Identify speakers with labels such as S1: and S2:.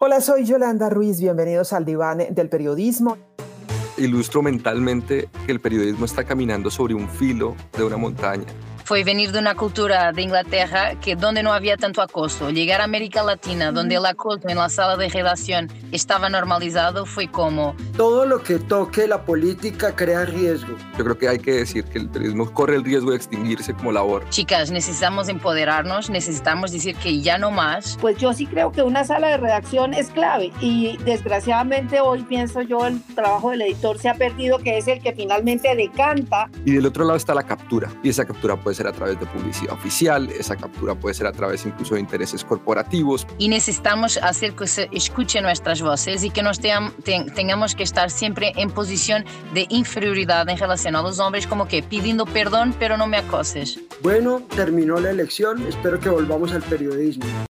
S1: Hola, soy Yolanda Ruiz, bienvenidos al diván del periodismo.
S2: Ilustro mentalmente que el periodismo está caminando sobre un filo de una montaña.
S3: Fue venir de una cultura de Inglaterra que donde no había tanto acoso, llegar a América Latina donde el acoso en la sala de redacción estaba normalizado fue como
S4: todo lo que toque la política crea riesgo.
S2: Yo creo que hay que decir que el periodismo corre el riesgo de extinguirse como labor.
S3: Chicas, necesitamos empoderarnos, necesitamos decir que ya no más.
S5: Pues yo sí creo que una sala de redacción es clave y desgraciadamente hoy pienso yo el trabajo del editor se ha perdido que es el que finalmente decanta.
S2: Y del otro lado está la captura y esa captura puede ser a través de publicidad oficial, esa captura puede ser a través incluso de intereses corporativos.
S3: Y necesitamos hacer que se escuchen nuestras voces y que nos team- ten- tengamos que estar siempre en posición de inferioridad en relación a los hombres, como que pidiendo perdón, pero no me acoses.
S4: Bueno, terminó la elección, espero que volvamos al periodismo.